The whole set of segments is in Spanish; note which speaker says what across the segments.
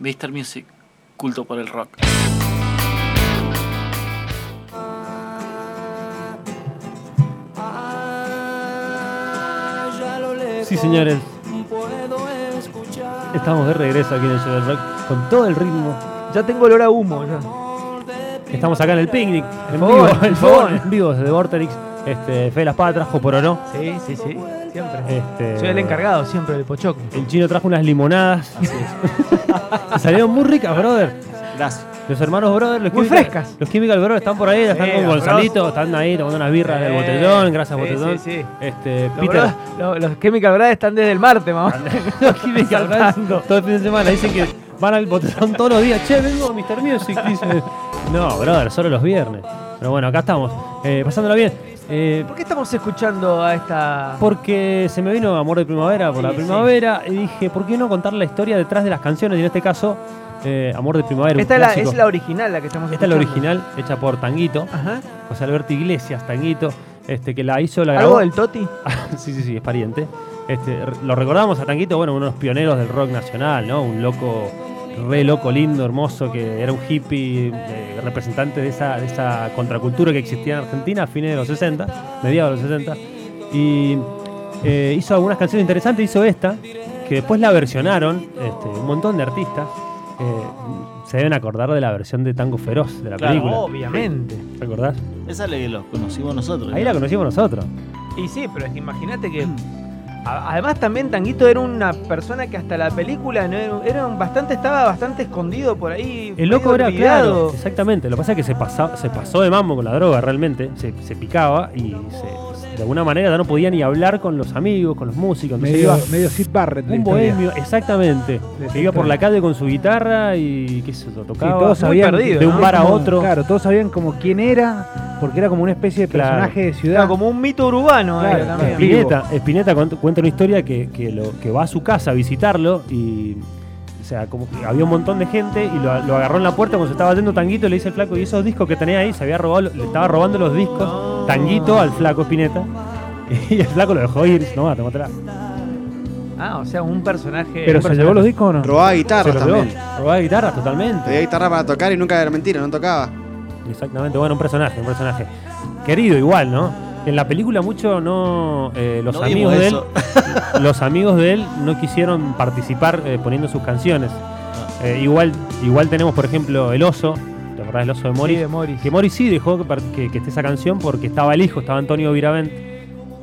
Speaker 1: Mr. Music, culto por el rock.
Speaker 2: Sí, señores. Estamos de regreso aquí en el show del rock con todo el ritmo.
Speaker 3: Ya tengo olor a humo. Ya.
Speaker 2: Estamos acá en el picnic, en vivo, en
Speaker 3: favor, por
Speaker 2: vivo,
Speaker 3: favor.
Speaker 2: en vivo desde Vorterix. Este, Fede Las Patas trajo por o no.
Speaker 3: Sí, sí, sí. Siempre.
Speaker 2: Este,
Speaker 3: Eh, Soy el encargado siempre del pochoco.
Speaker 2: El chino trajo unas limonadas. Y salieron muy ricas, brother.
Speaker 4: Gracias.
Speaker 2: Los hermanos brother, los
Speaker 3: Muy
Speaker 2: Chemical-
Speaker 3: frescas.
Speaker 2: Los Chemical Brothers están por ahí, están con
Speaker 3: los
Speaker 2: Gonzalito,
Speaker 3: bros.
Speaker 2: están ahí tomando unas birras del
Speaker 3: Sí,
Speaker 2: botellón, gracias
Speaker 3: sí,
Speaker 2: botellón.
Speaker 3: sí, sí.
Speaker 2: Este,
Speaker 3: Los,
Speaker 2: Peter,
Speaker 3: bro- lo- los Chemical Brothers están desde el martes, mamá.
Speaker 2: los Chemical Brothers todo el fin de semana dicen que van al botellón todos los días. Che, vengo a Mr. Music, dicen. No, brother, solo los viernes. Pero bueno, acá estamos, eh, pasándola bien. Eh,
Speaker 3: ¿Por qué estamos escuchando a esta...?
Speaker 2: Porque se me vino Amor de Primavera por
Speaker 3: Sí,
Speaker 2: la
Speaker 3: sí.
Speaker 2: primavera y dije, ¿por qué no contar la historia detrás de las canciones? Y en este caso, eh, Amor de Primavera. un
Speaker 3: Esta es la,
Speaker 2: clásico.
Speaker 3: es la original, la que estamos
Speaker 2: Esta es la
Speaker 3: escuchando.
Speaker 2: original, hecha por Tanguito,
Speaker 3: Ajá.
Speaker 2: José Alberto Iglesias, Tanguito, este, que la hizo, la grabó.
Speaker 3: ¿Algo del Toti?
Speaker 2: sí, sí, sí, es pariente. Este, re- lo recordamos a Tanguito, bueno, uno de los pioneros del rock nacional, ¿no? Un loco, re loco, lindo, hermoso, que era un hippie, eh, representante de esa, de esa contracultura que existía en Argentina a fines de los 60, mediados de los 60. Y eh, hizo algunas canciones interesantes, hizo esta, que después la versionaron este, un montón de artistas. Eh, se deben acordar de la versión de Tango Feroz de la
Speaker 4: Claro.
Speaker 2: película.
Speaker 3: Obviamente.
Speaker 2: ¿Te acordás?
Speaker 4: Esa es la que los conocimos nosotros.
Speaker 2: Ahí la conocimos nosotros.
Speaker 3: Y sí, pero es que imagínate que. a- Además también Tanguito era una persona que hasta la película no era, era un bastante estaba bastante escondido por ahí.
Speaker 2: El loco
Speaker 3: medio
Speaker 2: era
Speaker 3: olvidado.
Speaker 2: claro, exactamente. Lo que pasa es que se, pasa- se pasó de mambo con la droga realmente, se, se picaba y se- de alguna manera ya no podía ni hablar con los amigos, con los músicos. Entonces
Speaker 5: Medio,
Speaker 2: iba
Speaker 5: medio Sid Barrett. la
Speaker 2: un
Speaker 5: historia.
Speaker 2: bohemio, exactamente,
Speaker 5: De
Speaker 2: que iba por
Speaker 5: historia.
Speaker 2: la calle con su guitarra y qué sé yo,
Speaker 5: Sí,
Speaker 2: tocaba.
Speaker 5: todos
Speaker 3: muy
Speaker 5: sabían
Speaker 3: perdido,
Speaker 2: de un
Speaker 5: ¿no?
Speaker 2: bar a
Speaker 5: como-
Speaker 2: otro.
Speaker 5: Claro, todos sabían como quién era, porque era como una especie de
Speaker 2: Claro.
Speaker 5: personaje de ciudad.
Speaker 3: Era como un mito urbano
Speaker 5: Claro,
Speaker 3: era también.
Speaker 5: claro.
Speaker 2: Espineta, Espineta cont- cuenta una historia que, que lo- que va a su casa a visitarlo y. O sea, como que había un montón de gente y lo, lo agarró en la puerta cuando se estaba yendo Tanguito y le dice el flaco, y esos discos que tenés ahí, se había robado, le estaba robando los discos Tanguito al flaco Espineta. Y el flaco lo dejó ir, no,
Speaker 6: Eh,
Speaker 2: tomátela.
Speaker 3: Ah, o sea, un personaje.
Speaker 5: Pero
Speaker 3: un
Speaker 5: se
Speaker 3: personaje.
Speaker 5: llevó los discos o no?
Speaker 6: Robaba
Speaker 2: Se
Speaker 6: guitarras
Speaker 2: los llevó.
Speaker 6: también.
Speaker 2: Robaba guitarras totalmente.
Speaker 6: Pedía guitarra para tocar y nunca era mentira, no tocaba.
Speaker 2: Exactamente, bueno, un personaje, un personaje. Querido igual, ¿no? En la película mucho no eh, los
Speaker 4: No
Speaker 2: amigos
Speaker 4: vimos
Speaker 2: de él
Speaker 4: eso.
Speaker 2: los amigos de él no quisieron participar eh, poniendo sus canciones.
Speaker 4: Ah.
Speaker 2: Eh, igual, igual tenemos por ejemplo El Oso, ¿te acordás del Oso de
Speaker 3: Sí,
Speaker 2: Moris?
Speaker 3: de Morris.
Speaker 2: que Moris sí dejó que, par- que- que esté esa canción porque estaba el hijo, estaba Antonio Viravent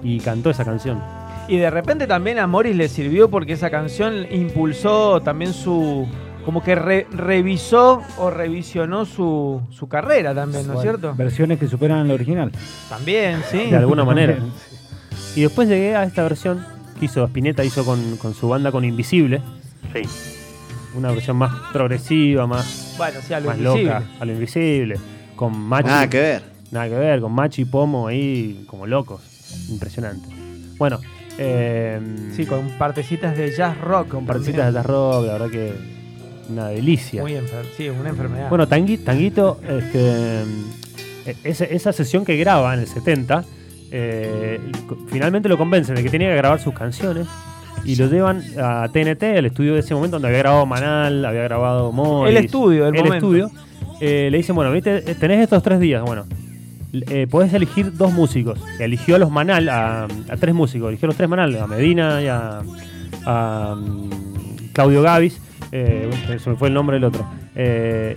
Speaker 2: y cantó esa canción.
Speaker 3: Y de repente también a Morris le sirvió porque esa canción impulsó también su. Como que re- revisó o revisionó su, su carrera también, ¿no es cierto?
Speaker 5: Versiones que superan la original.
Speaker 3: También, sí.
Speaker 2: De alguna manera. Y después llegué a esta versión que hizo Spinetta, hizo con, con su banda con Invisible.
Speaker 4: Sí.
Speaker 2: Una versión más progresiva, más,
Speaker 3: Bueno, o sea, lo
Speaker 2: más
Speaker 3: invisible.
Speaker 2: loca, a lo invisible. Con Machi.
Speaker 6: Nada que ver.
Speaker 2: Nada que ver, con Machi y Pomo ahí como locos. Impresionante. Bueno, eh,
Speaker 3: Sí, con partecitas de jazz rock.
Speaker 2: con partecitas de jazz rock, la verdad que una delicia.
Speaker 3: Muy enfer- sí, una enfermedad.
Speaker 2: Bueno, Tangui- Tanguito, este, eh, esa, esa sesión que graba en el 70, eh, co- finalmente lo convencen de que tenía que grabar sus canciones y lo llevan a TNT, el estudio de ese momento donde había grabado Manal, había grabado Morris.
Speaker 3: el estudio, el,
Speaker 2: el
Speaker 3: momento.
Speaker 2: estudio. Eh, le dicen, bueno, viste, eh, tenés estos tres días, bueno. l- eh, podés elegir dos músicos. Eligió a los Manal, a, a tres músicos. Eligió a los tres Manal, a Medina y a, a, mm, Claudio Gavis. Eh, bueno, se me fue el nombre del otro. Eh,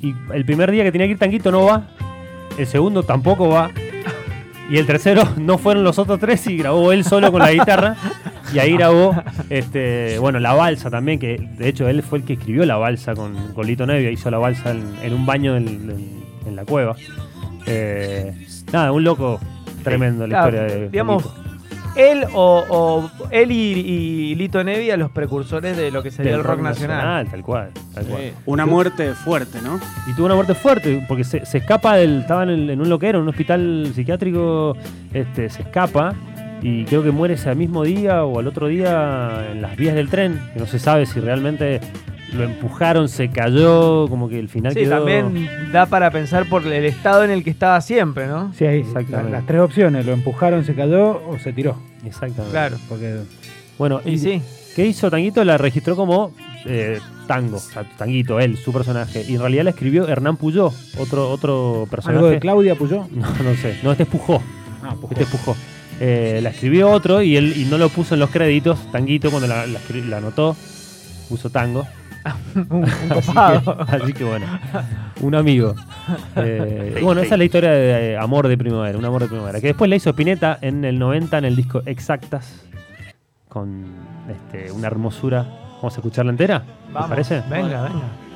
Speaker 2: y el primer día que tenía que ir Tanguito no va. El segundo tampoco va. Y el tercero no fueron los otros tres y grabó él solo con la guitarra. Y ahí grabó, este, bueno, La Balsa también, que de hecho él fue el que escribió La Balsa con, con Lito Nevia. Hizo La Balsa en, en un baño en, en- en la cueva. Eh, nada, un loco tremendo la
Speaker 3: Claro,
Speaker 2: historia de
Speaker 3: digamos,
Speaker 2: Juanito.
Speaker 3: él o, o- él y, y Lito Nevia, los precursores de lo que sería
Speaker 2: Del
Speaker 3: el rock, nacional.
Speaker 2: Tal cual, tal cual.
Speaker 7: Una muerte fuerte, ¿no?
Speaker 2: Y tuvo una muerte fuerte, porque se, se escapa del. Estaba en, el- en un loquero, en un hospital psiquiátrico, este, se escapa. Y creo que muere ese mismo día o al otro día en las vías del tren. Que no se sabe si realmente lo empujaron, se cayó, como que el final
Speaker 3: Sí,
Speaker 2: quedó-
Speaker 3: también da para pensar por el estado en el que estaba siempre, ¿no?
Speaker 5: Sí, ahí.
Speaker 2: Exactamente.
Speaker 5: la- las tres opciones, lo empujaron, se cayó o se tiró.
Speaker 2: Exactamente.
Speaker 3: Claro.
Speaker 5: Porque
Speaker 2: Bueno,
Speaker 3: Y sí,
Speaker 2: ¿qué hizo Tanguito? La registró como eh, tango, o sea, tanguito, él, su personaje. Y en realidad la escribió Hernán Puyó, otro, otro personaje.
Speaker 5: ¿Algo de Claudia Puyó?
Speaker 2: No, no sé. No, este es Pujó.
Speaker 5: Ah, Pujó.
Speaker 2: Este es Pujó. Eh, la escribió otro y él y no lo puso en los créditos. Tanguito, cuando la, la escri- la anotó, puso tango.
Speaker 3: Un, un
Speaker 2: Así que,
Speaker 3: copado.
Speaker 2: así que bueno, un amigo. Eh, y bueno, esa es la historia de eh, Amor de Primavera, un amor de primavera. Que después la hizo Pineta en el 90 en el disco Exactas, con este, una hermosura. ¿Vamos a escucharla entera? ¿Te
Speaker 3: Vamos,
Speaker 2: parece?
Speaker 3: Venga, venga.